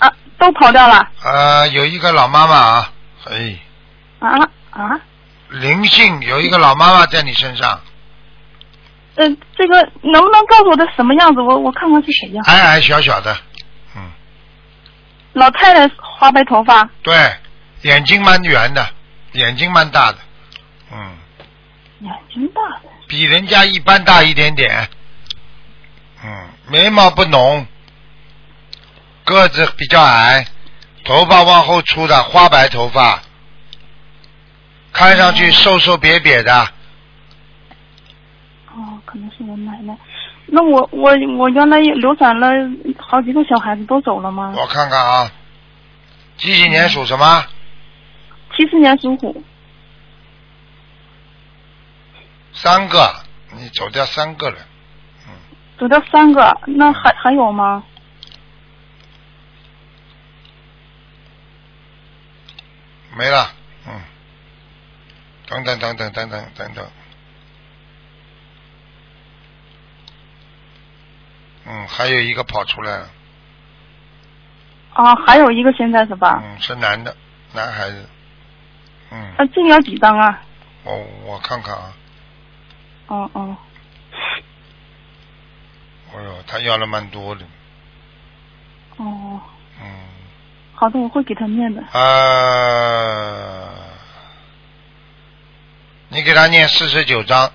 S8: 啊，都跑掉了
S1: 呃，有一个老妈妈啊，哎，
S8: 啊啊！
S1: 灵性有一个老妈妈在你身上，
S8: 呃，这个能不能告诉我他什么样子？我我看看是谁呀？
S1: 矮矮小小的，嗯，
S8: 老太太花白头发，
S1: 对，眼睛蛮圆的，眼睛蛮大的，嗯，
S8: 眼睛大的，
S1: 比人家一般大一点点，嗯，眉毛不浓，个子比较矮，头发往后梳的花白头发，看上去瘦瘦瘪瘪的，
S8: 哦，可能是我奶奶。那我我我原来流产了好几个小孩子都走了吗？
S1: 我看看啊，几几
S8: 嗯
S1: 年属什么？
S8: 七四年属虎，
S1: 三个，你走掉三个了，
S8: 走掉三个，那还还有吗？
S1: 没了，嗯，等等等等等等等等，嗯，还有一个跑出来了。
S8: 啊，还有一个现在是吧？
S1: 嗯，是男的，男孩子。嗯，
S8: 啊，这个要几张啊？
S1: 我我看看啊，
S8: 哦哦，
S1: 哎呦，他要了蛮多的。
S8: 哦，
S1: 嗯，
S8: 好的，我会给他念的。
S1: 呃，你给他念四十九章，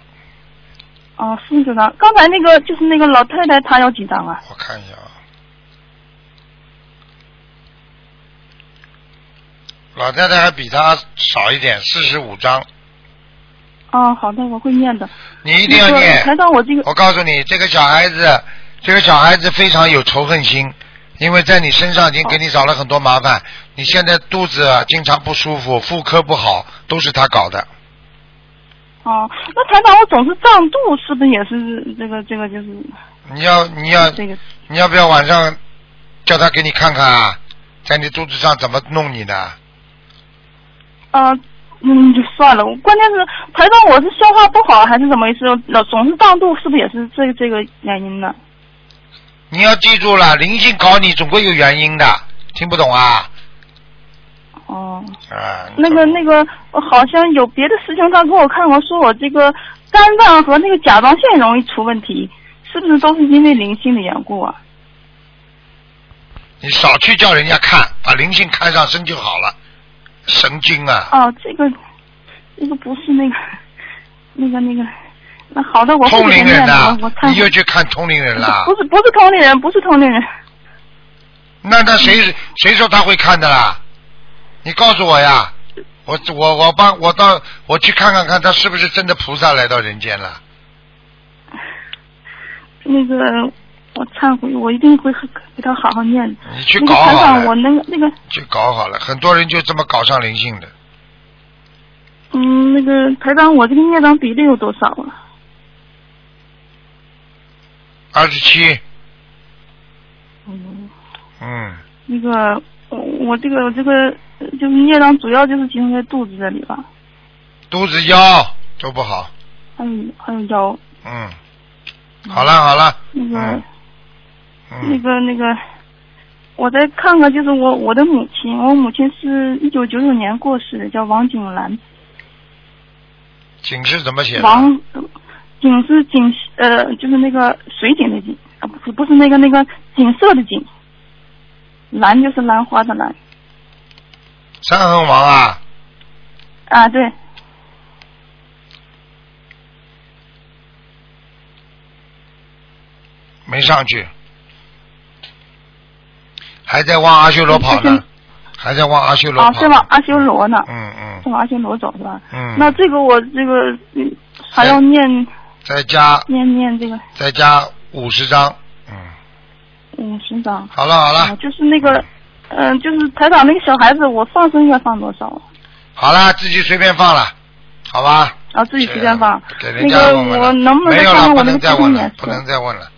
S8: 哦，四十九张。刚才那个就是那个老太太，她要几张啊？
S1: 我看一下啊。老太太还比他少一点，四十五章。
S8: 哦，好的，我会念的。
S1: 你一定要
S8: 那个
S1: 念。
S8: 台长，我这个
S1: 我告诉你，这个小孩子，这个小孩子非常有仇恨心，因为在你身上已经给
S8: 哦
S1: 你找了很多麻烦，你现在肚子啊经常不舒服，妇科不好，都是他搞的。
S8: 哦，那台长，我总是胀肚，是不是也是这个这个就是
S1: 你要你要
S8: 这个？
S1: 你要不要晚上叫他给你看看啊，在你肚子上怎么弄你的？
S8: 啊，嗯，就算了。关键是台长，我是消化不好还是怎么回事？老总是胀肚，是不是也是这个这个原因呢？
S1: 你要记住了，灵性搞你总归有原因的，听不懂啊？
S8: 哦，
S1: 啊，你
S8: 那个
S1: 懂
S8: 那个，我好像有别的事情，他给我看过，说我这个肝脏和那个甲状腺容易出问题，是不是都是因为灵性的缘故啊？
S1: 你少去叫人家看，把灵性看上身就好了。神经啊，
S8: 哦，这个这个不是那个那个那个，那好的，我会
S1: 通
S8: 给他
S1: 灵人
S8: 念的，
S1: 呐
S8: 我我，看
S1: 你。又去看通灵人啦？
S8: 不是不是同龄人，不是同龄人。
S1: 那那谁谁说他会看的啦？你告诉我呀，我我我帮我到我去看看看他是不是真的菩萨来到人间了。
S8: 那个我忏悔，我一定会给他好好念的。
S1: 你去
S8: 那个
S1: 搞
S8: 团
S1: 好
S8: 长，我
S1: 了，
S8: 那个那个
S1: 去搞好了，很多人就这么搞上灵性的。
S8: 嗯，那个台长，我这个孽障比例有多少啊？
S1: 二十七，
S8: 嗯，
S1: 嗯，
S8: 那个我我这个我这个呃就是孽障，主要就是集中在肚子这里吧，
S1: 肚子腰都不好，
S8: 还有还有腰，
S1: 嗯，好了好了，
S8: 那个、
S1: 嗯
S8: 那
S1: 嗯，
S8: 个那个，我再看看，就是我我的母亲，我母亲是一九九九年过世的，叫王景兰，
S1: 警示怎么写的？
S8: 王呃景是景呃，就是那个水井的井啊，不是不是那个那个景色的景，兰就是兰花的兰
S1: 三横王啊，
S8: 啊，对，
S1: 没上去，还在往阿修罗跑
S8: 嗯
S1: 呢，还在往阿修罗
S8: 啊
S1: 跑。
S8: 是往阿修罗呢，
S1: 嗯嗯
S8: 是。往阿修罗走是吧？
S1: 嗯，哎
S8: 那这个我这个嗯还要念
S1: 再加
S8: 念念这个
S1: 再加五十张，嗯，
S8: 五十章
S1: 好了好
S8: 啊，
S1: 了，
S8: 就是那个嗯、就是台长那个小孩子，我放生要放多少啊？
S1: 好啦，自己随便放了，好吧？
S8: 啊，自己随便放。
S1: 啊给人
S8: 那
S1: 家
S8: 个
S1: 问问了
S8: 我能不能
S1: 没
S8: 再
S1: 有了，
S8: 看看
S1: 不
S8: 我那
S1: 能
S8: 个
S1: 再
S8: 婚
S1: 问
S8: 姻
S1: 了
S8: 颜，
S1: 不
S8: 色？
S1: 能再问了。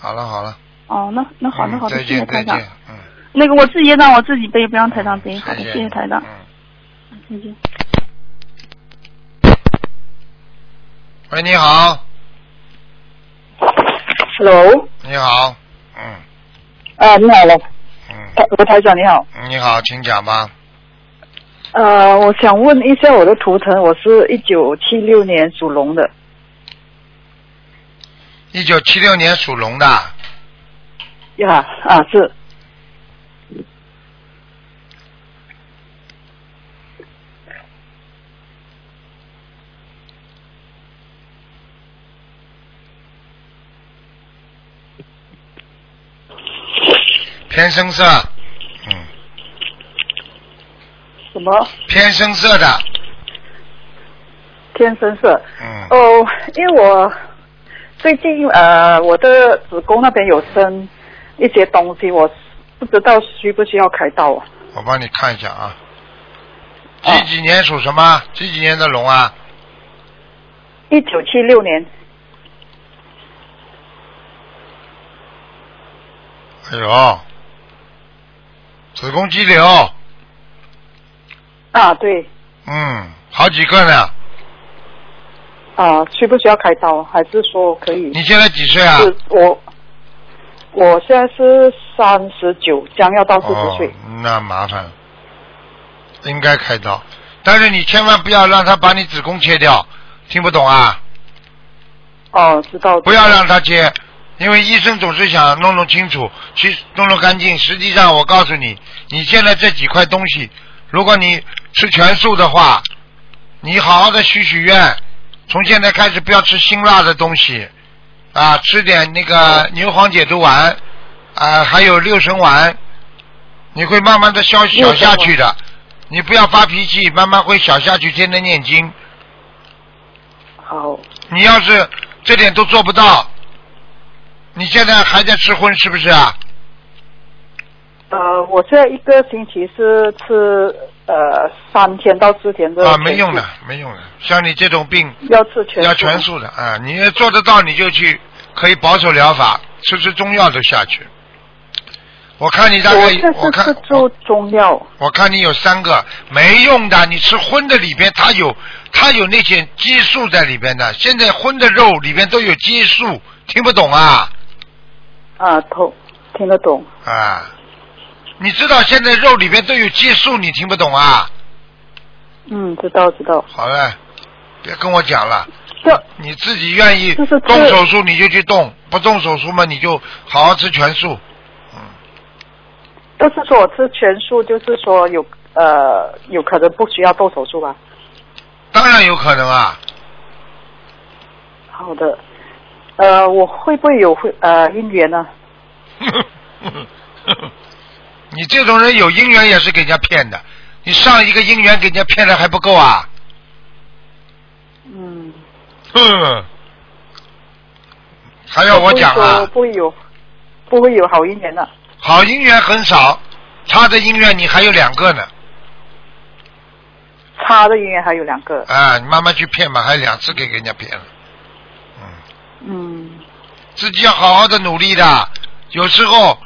S1: 好了好了，
S8: 哦，那那好，那
S1: 嗯
S8: 好，
S1: 再
S8: 谢谢
S1: 见
S8: 台
S1: 再
S8: 长
S1: 见。，嗯，
S8: 那个我自己让我自己背，不让台长背。好
S1: 再
S8: 的，
S1: 见，
S8: 谢谢台长。
S1: 嗯
S8: 再见。
S1: 喂，你好，
S9: Hello，
S1: 你好，嗯
S9: 啊，你好了，
S1: 嗯，
S9: 台罗台长你好，
S1: 你好，请讲吧。
S9: 呃，我想问一下我的图腾，我是一九七六年属龙的，
S1: 一九七六年属龙的，
S9: 呀啊是，
S1: 偏深色，嗯，
S9: 什么
S1: 偏深色的，
S9: 天生色？
S1: 嗯，
S9: 哦，因为我最近呃我的子宫那边有生一些东西，我不知道需不需要开刀啊？
S1: 我帮你看一下啊。
S9: 哦
S1: 几几年属什么？几几年的龙啊？
S9: 一九七六年，
S1: 哎呦，子宫肌瘤，
S9: 啊对，
S1: 嗯，好几个呢。
S9: 啊需不需要开刀？还是说可以？
S1: 你现在几岁啊？
S9: 是我。我现在是三十九，将要到四十岁。
S1: 哦，那麻烦了，应该开刀，但是你千万不要让他把你子宫切掉，听不懂啊？
S9: 哦，知道。
S1: 不要让他切，因为医生总是想弄弄清楚，去弄弄干净。实际上，我告诉你，你现在这几块东西，如果你吃全素的话，你好好的许许愿，从现在开始不要吃辛辣的东西，啊，吃点那个牛黄解毒丸，啊，还有六神丸，你会慢慢的消小下去的。你不要发脾气，慢慢会小下去，天天念经。
S9: 好，
S1: 你要是这点都做不到，你现在还在吃荤是不是啊？
S9: 呃，我现在一个星期是吃呃三天到四天的
S1: 啊，
S9: 全素
S1: 没用的，，没用的。像你这种病
S9: 要吃全素
S1: 要全素的啊，你要做得到你就去可以保守疗法，吃吃中药都下去。我看你大概
S9: 我现在，
S1: 我看
S9: 是吃
S1: 我
S9: 住中药，
S1: 我看你有三个没用的，你吃荤的里边它有它有那些激素在里边的，现在荤的肉里边都有激素，听不懂啊？
S9: 啊，头听得懂
S1: 啊，你知道现在肉里边都有激素，你听不懂啊？
S9: 嗯，知道知道，
S1: 好了，别跟我讲了，
S9: 这
S1: 你自己愿意
S9: 就是这
S1: 动手术你就去动，不动手术嘛你就好好吃全素。
S9: 但是说我吃全素，就是说有呃有可能不需要动手术吧？
S1: 当然有可能啊， *laughs*
S9: 好的，呃，我会不会有会呃姻缘呢？
S1: 你这种人有姻缘也是给人家骗的，你上一个姻缘给人家骗了还不够啊？
S9: *laughs* 嗯，
S1: 哼，还要我讲啊？
S9: 不会说不会有不会有好姻缘的、
S1: 好姻缘很少，差的姻缘你还有两个呢。
S9: 差的姻缘还有两个，
S1: 啊，你慢慢去骗吧，还两次给人家骗了，
S9: 嗯。
S1: 自己要好好的努力的。有时候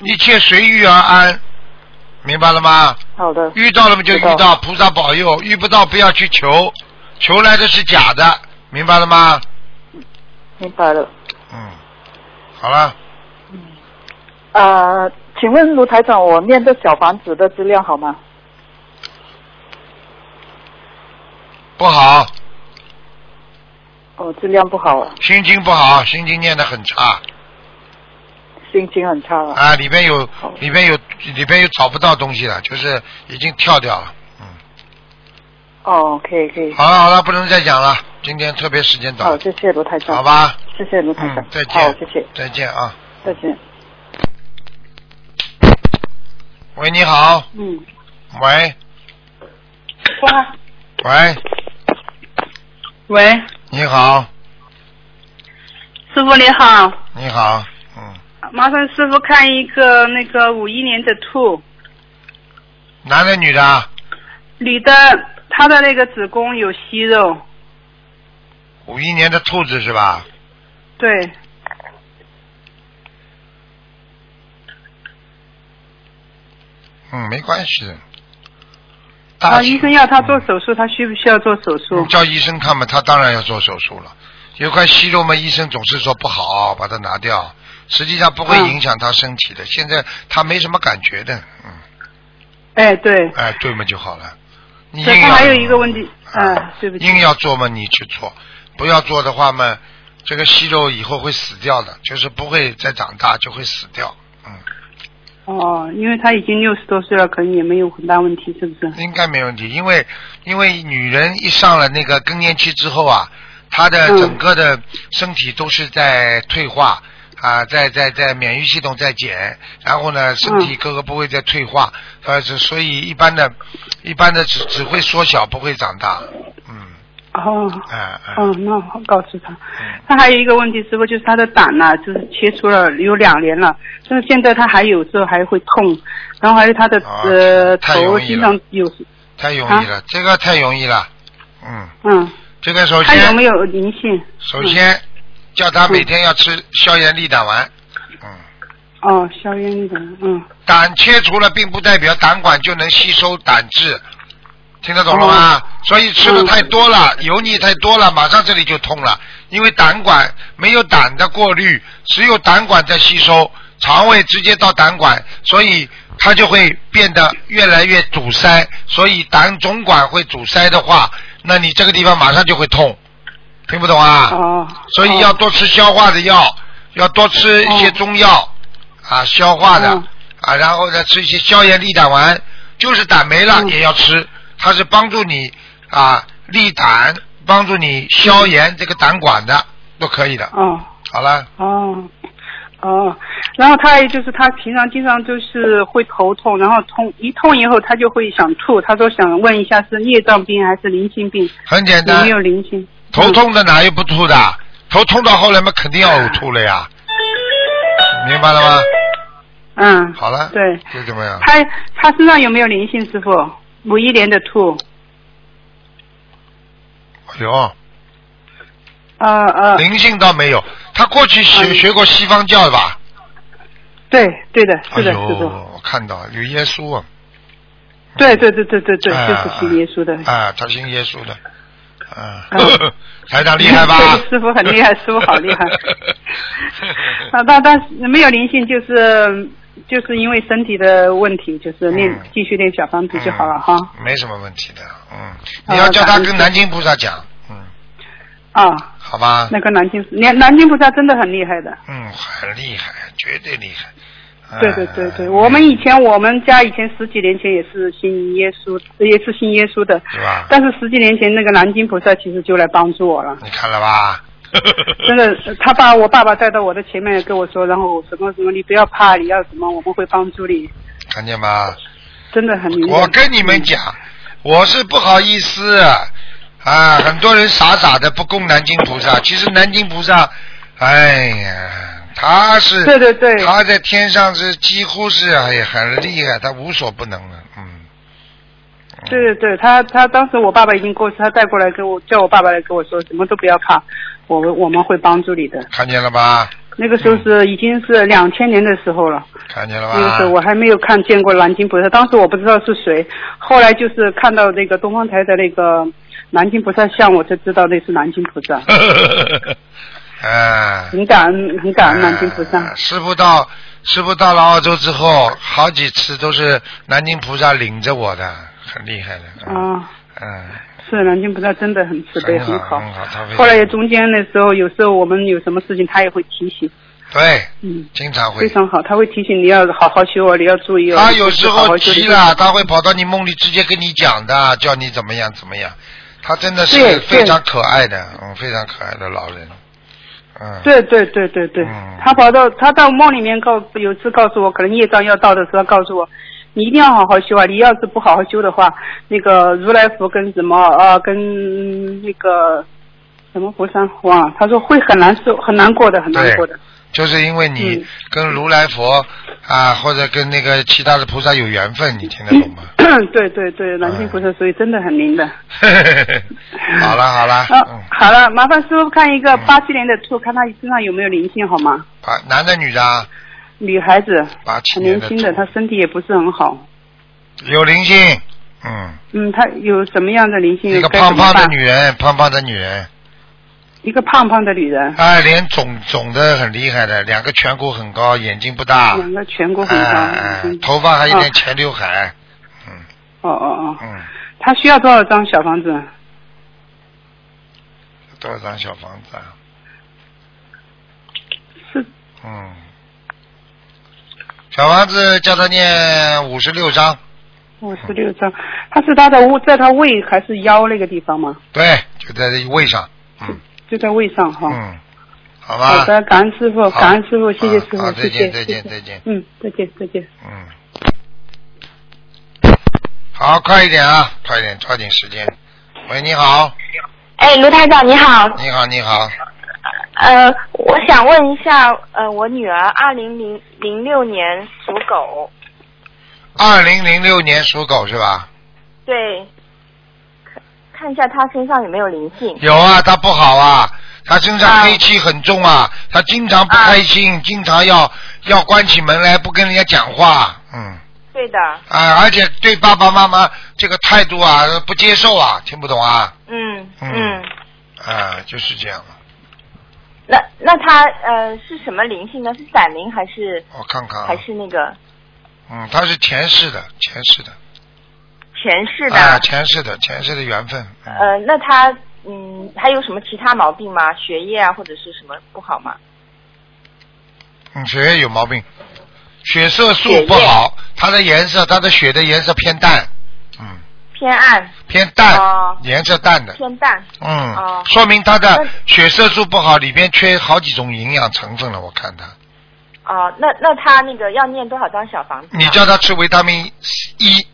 S1: 一切随遇而安，明白了吗？
S9: 好的，
S1: 遇到了嘛就
S9: 知道
S1: 遇到，菩萨保佑；遇不到不要去求，求来的是假的，明白了吗？
S9: 明白了。
S1: 嗯，好了，
S9: 呃，请问卢台长，我念的小房子的质量好吗？
S1: 不好，
S9: 哦，质量不好，啊，
S1: 心经不好，心经念得很差
S9: 心情很差啊。
S1: 啊，里边有
S9: 好
S1: 里边有里边有找不到东西了，就是已经跳掉了。
S9: 哦，可以可以。
S1: 好了好了，不能再讲了，今天特别时间
S9: 好，
S1: 短，
S9: 谢谢卢台长。
S1: 好，吧？
S9: 谢谢卢台长
S1: 嗯。，再见。
S9: 好，谢谢，
S1: 再见啊！
S9: 再见。
S1: 喂，你好。嗯。喂。喂。
S10: 喂，
S1: 你好，
S10: 师傅你好，
S1: 你好，嗯，
S10: 麻烦师傅看一个那个五一年的兔，
S1: 男的女的啊？
S10: 女的，她的那个子宫有息肉，
S1: 五一年的兔子是吧？
S10: 对，
S1: 嗯，没关系的。
S10: 啊，
S1: 大
S10: 哦
S1: 嗯
S10: 医生要她做手术，她需不需要做手术？
S1: 叫医生看嘛，他当然要做手术了。有块息肉嘛，医生总是说不好，把它拿掉。实际上不会影响他身体的，现在他没什么感觉的，嗯，
S10: 哎，对，
S1: 哎，对嘛就好了。你
S10: 对
S1: 硬
S10: 她
S1: 要
S10: 还有一个问题，嗯、对不起，
S1: 硬要做嘛，你去做；不要做的话嘛，这个息肉以后会死掉的，就是不会再长大，就会死掉。
S10: 哦，因为她已经六十多岁了，可能也没有很大问题，是不是？
S1: 应该没问题，因为因为女人一上了那个更年期之后啊，她的
S10: 嗯
S1: 整个的身体都是在退化啊，在在在免疫系统在减，然后呢，身
S10: 嗯
S1: 体各个部位在退化，呃，所所以一般的，一般的只只会缩小，不会长大。
S10: 哦，
S1: 哎、哎嗯
S10: 哦，那我告诉她。她还有一个问题，师傅，就是她的胆呐、就是切除了有两年了，就是现在她还有时候还会痛，然后还有她的、
S1: 啊
S10: 呃
S1: 太容
S10: 头
S1: 易
S10: 经
S1: 了
S10: 常有，
S1: 太容易了，这个太容易了。嗯，
S10: 嗯，
S1: 这个首
S10: 她有
S1: 先
S10: 没有灵性？
S1: 首
S10: 嗯
S1: 先叫她每天要吃消炎利胆丸。嗯
S10: 哦，消炎的，嗯，
S1: 胆切除了，并不代表胆管就能吸收胆汁，听得懂了
S10: 哦
S1: 吗？所以吃的太多了，
S10: 嗯
S1: 油腻太多了，马上这里就痛了，因为胆管没有胆的过滤，只有胆管在吸收，肠胃直接到胆管，所以它就会变得越来越堵塞，所以胆总管会阻塞的话，那你这个地方马上就会痛，听不懂啊？
S10: 哦，
S1: 所以要多吃消化的药，要多吃一些中药、啊，消化的、
S10: 哦
S1: 啊，然后再吃一些消炎利胆丸，就是胆没
S10: 嗯
S1: 了也要吃，它是帮助你啊利胆，帮助你消炎这个胆管的，都可以的。
S10: 哦，
S1: 好了，
S10: 哦，哦，然后他也就是他平常经常就是会头痛，然后痛一痛以后他就会想吐，他说想问一下是孽障病还是灵性病？
S1: 很简
S10: 有
S1: 单
S10: 没，有灵性？
S1: 头痛的哪有不吐的？头痛到后来嘛，肯定要呕吐了呀，明白了吗？
S10: 嗯，
S1: 好了，
S10: 对，
S1: 就这么样。
S10: 他他身上有没有灵性？师傅，五一年的兔，
S1: 有。
S10: 啊呃呃，
S1: 灵性倒没有，他过去学、学过西方教吧？
S10: 啊对对的，
S1: 哎
S10: 是的，
S1: 呦，
S10: 是的，
S1: 我看到有耶稣啊，
S10: 对对对对对对，
S1: 哎
S10: 就是信耶稣的。
S1: 啊，他信耶稣的，啊
S10: 嗯，
S1: *laughs* 台长厉害吧？
S10: 对 *laughs* 师傅很厉害，师傅好厉害。啊，但但是没有灵性，就是就是因为身体的问题，就是练、
S1: 嗯
S10: 继续练小方子就好了、哈。
S1: *laughs* 没什么问题的，嗯，你要叫他跟南京菩萨讲，
S10: 啊，
S1: 好吧？
S10: 那个南京南南京菩萨真的很厉害的，
S1: 嗯，很厉害，绝对厉害。啊
S10: 对对对对，我们以前我们家以前十几年前也是信耶稣，也是信耶稣的，
S1: 是吧？
S10: 但是十几年前那个南京菩萨其实就来帮助我了。
S1: 你看了吧？
S10: 真的，他把我爸爸带到我的前面跟我说，然后什么什么，你不要怕，你要什么，我们会帮助你，
S1: 看见吗？
S10: 真的很明白。
S1: 我跟你们讲，我是不好意思啊，很多人傻傻的不供南京菩萨，其实南京菩萨，哎呀，他是
S10: 对对对
S1: 他在天上是几乎是哎呀很厉害，他无所不能的，嗯，
S10: 对对对，他他当时我爸爸已经过世，他带过来跟我叫我爸爸来跟我说，什么都不要怕，我们我们会帮助你的。
S1: 看见了吧？
S10: 那个时候是已经是两千年的时候了，
S1: 看见了
S10: 那个时候
S1: *laughs* 吧？
S10: 我还没有看见过南京菩萨，当时我不知道是谁，后来就是看到那个东方台的那个南京菩萨像，我才知道那是南京菩
S1: *laughs*
S10: 萨，
S1: 哎，
S10: 很感恩很感恩南京菩萨。
S1: 师傅啊到师傅到了澳洲之后，好几次都是南京菩萨领着我的，很厉害的，
S10: 啊，
S1: 嗯，
S10: 是南京菩萨真的很慈悲，很
S1: 好，很啊好，他会
S10: 后来也中间的时候，有时候我们有什么事情，他也会提醒，
S1: 对，
S10: 嗯，
S1: 经常会
S10: 非常好，他会提醒你要好好修哦，你要注意哦。
S1: 他
S10: 你
S1: 有
S10: 就是
S1: 时
S10: 好
S1: 候
S10: 好修
S1: 急
S10: 你
S1: 了，他会跑到你梦里直接跟你讲的，叫你怎么样怎么样。他真的是
S10: 对对
S1: 非常可爱的，嗯，非常可爱的老人，嗯，
S10: 对对对对对，他跑到他到梦里面告有次告诉我，可能业障要到的时候告诉我，你一定要好好修啊！你要是不好好修的话，那个如来佛跟什么啊，
S1: *coughs*
S10: 跟那个什么菩萨哇，他说会很难受，很难过的，很难过的。
S1: 就是因为你
S10: 嗯
S1: 跟如来佛啊，或者跟那个其他的菩萨有缘分，你听得懂吗？ *laughs*
S10: 对对对，南京菩萨所以真的很灵的。
S1: 啊好了嗯好了，
S10: 啊，好了，麻烦师傅看一
S1: 嗯
S10: 个八七年的兔，看他身上有没有灵性好吗？
S1: 啊，男的女的啊，
S10: 女孩子，
S1: 八七
S10: 很
S1: 年
S10: 年
S1: 的
S10: 轻的，她身体也不是很好。
S1: 有灵性，嗯，
S10: 嗯，她有什么样的灵性？
S1: 一个
S10: 嗯该怎
S1: 胖
S10: 么
S1: 胖的
S10: 办
S1: 女人，胖胖的女人，
S10: 一个胖胖的女人，
S1: 哎，脸肿肿的很厉害的，两个颧骨很高，眼睛不大，
S10: 两个颧嗯骨很高。
S1: 哎哎
S10: 嗯，
S1: 头发还有点
S10: 啊
S1: 前刘海，
S10: 哦哦哦，
S1: 嗯，
S10: 她需要多少张小房子？
S1: 多少张小房子啊？
S10: 是，
S1: 嗯，小房子叫他念五十六章，
S10: 五十六张。她是她的胃，在她胃还是腰那个地方吗？
S1: 对，就在这位上，
S10: 就在胃上哈。
S1: 嗯，好吧。
S10: 好的，感恩师傅，
S1: 好嗯
S10: 感恩师傅，谢谢师
S1: 好
S10: 傅，
S1: 再
S10: 谢
S1: 见再
S10: 谢，谢
S1: 见
S10: 谢，
S1: 再见
S10: 嗯，再见，再见。
S1: 嗯，好，快一点啊，快一点，抓紧时间。喂，你好，
S11: 哎，卢台长你好，
S1: 你好，你好，
S11: 呃，我想问一下，呃，我女儿二零零零六年属狗，
S1: 二零零六年属狗是吧？
S11: 对，看看一下她身上有没有灵性。
S1: 有啊，他不好啊，他身上黑气很重啊，他经常不开
S11: 啊
S1: 心，经常要要关起门来不跟人家讲话，嗯，
S11: 对的，
S1: 啊，而且对爸爸妈妈这个态度啊不接受啊，听不懂啊，
S11: 嗯
S1: 嗯
S11: 嗯，
S1: 啊，就是这样了。
S11: 那那她呃是什么灵性呢？是闪灵还是
S1: 我看看啊
S11: 还，是那个
S1: 嗯，他是前世的，前世的，
S11: 前世的？
S1: 啊，前世的，前世的缘分，嗯
S11: 呃，那她嗯还有什么其他毛病吗？学业啊或者是什么不好吗？啊
S1: 嗯，血液有毛病，血色素不好，它的颜色，它的血的颜色偏淡，
S11: 偏暗，
S1: 偏淡，
S11: 哦
S1: 颜色淡的，
S11: 偏淡。
S1: 嗯，
S11: 哦
S1: 说明它的
S11: 那
S1: 血色素不好，里边缺好几种营养成分了。我看它，
S11: 哦、那那她那个要念多少张小房子？
S1: 你叫它吃维他命 E，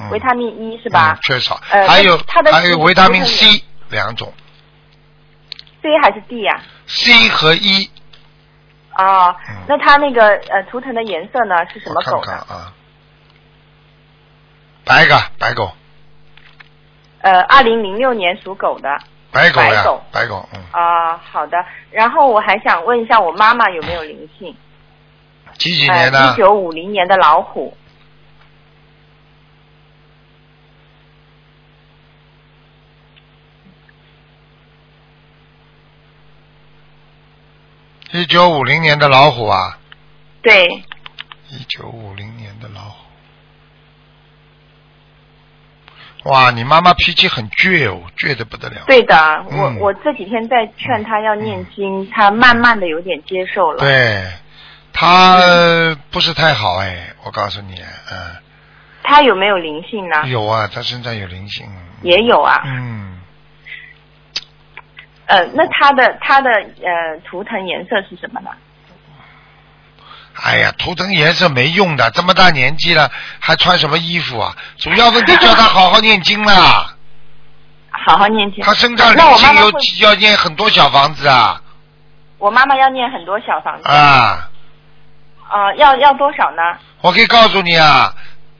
S1: 嗯
S11: 维他命 E 是
S1: 嗯
S11: 吧？
S1: 缺少，
S11: 呃
S1: 还有
S11: 那它的
S1: 还有维他命
S11: 食物
S1: C 两种嗯
S11: C 还是 D 呀、
S1: ，C 和 E，
S11: 哦，那它那个呃图腾的颜色呢是什
S1: 嗯我
S11: 么
S1: 看
S11: 狗
S1: 看
S11: 呢？
S1: 啊，白狗白狗
S11: 呃，二零零六年属狗的。
S1: 白狗呀
S11: 白狗
S1: 白狗，嗯，
S11: 啊、好的。然后我还想问一下，我妈妈有没有灵性？呃
S1: 几几年的？
S11: 一九五零年的老虎。
S1: 一九五零年的老虎啊。
S11: 对，
S1: 哎一九五零年的老虎。哇，你妈妈脾气很倔哦，倔的不得了。
S11: 对的。
S1: 嗯
S11: 我我这几天在劝她要念经，她慢慢的有点接受了。
S1: 对，她不是太好哎，我告诉你，嗯，
S11: 她有没有灵性呢？
S1: 有啊，她身上有灵性。
S11: 也有啊。
S1: 嗯，
S11: 呃，那她的她的呃图腾颜色是什么呢？
S1: 哎呀，图腾颜色没用的，这么大年纪了还穿什么衣服啊？主要问题叫她好好念经啦。
S11: *laughs* 好好念经。
S1: 她身上
S11: 那
S1: 灵
S11: 我妈
S1: 性
S11: 妈
S1: 有
S11: 会，
S1: 几要念很多小房子啊
S11: 我妈妈要念很多小房子。
S1: 啊。
S11: 啊，要要多少呢？
S1: 我可以告诉你啊，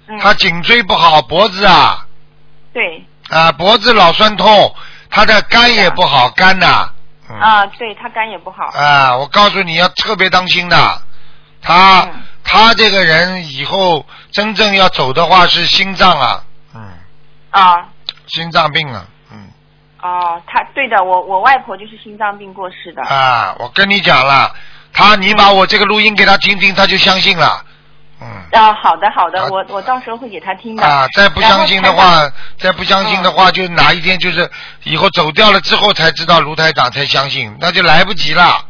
S11: 嗯
S1: 他颈椎不好，脖子啊
S11: 对，
S1: 啊脖子老酸痛，他的肝也不好，肝呐嗯
S11: 啊，对他肝也不好。
S1: 啊，我告诉你要特别当心的，他、
S11: 嗯
S1: 他这个人以后真正要走的话是心脏啊，
S11: 啊，
S1: 心脏病啊
S11: 哦，他对的，我我外婆就是心脏病过世的。
S1: 啊，我跟你讲了，他你把我这个录音给他听听，他就相信了
S11: 啊，好的好的，我我到时候会给他听的。
S1: 嗯啊，再不相信的
S11: 嗯然后嗯
S1: 话，再不相信的话，就哪一天就是以后走掉了之后才知道卢台长才相信，那就来不及了。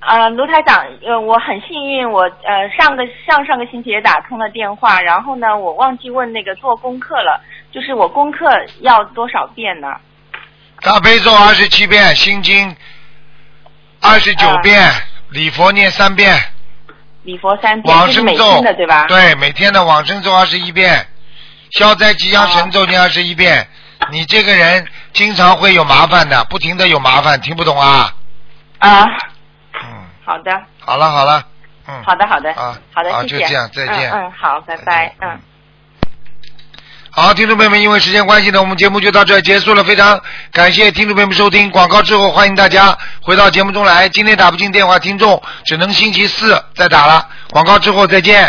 S11: 呃，卢台长，呃，我很幸运，我呃上个上上个星期也打通了电话，然后呢，我忘记问那个做功课了，就是我功课要多少遍呢？
S1: 大悲咒二十七遍，心经二十九遍，
S11: 嗯
S1: 礼佛念三遍，
S11: 礼佛三遍，
S1: 往
S11: 这是
S1: 生
S11: 每
S1: 咒
S11: 天的对吧？
S1: 对，每天的往生咒二十一遍，消灾吉祥神咒念二十一遍。你这个人经常会有麻烦的，不停的有麻烦，听不懂啊？
S11: 啊，好的，
S1: 啊好了好了，嗯，
S11: 好的，好的，
S1: 啊
S11: 好的，
S1: 啊
S11: 谢谢。
S1: 就这样再见
S11: 嗯嗯，好，拜拜，嗯。
S1: 好，听众朋友们，因为时间关系呢，我们节目就到这儿结束了。非常感谢听众朋友们收听广告之后，欢迎大家回到节目中来。今天打不进电话，听众只能星期四再打了。广告之后再见。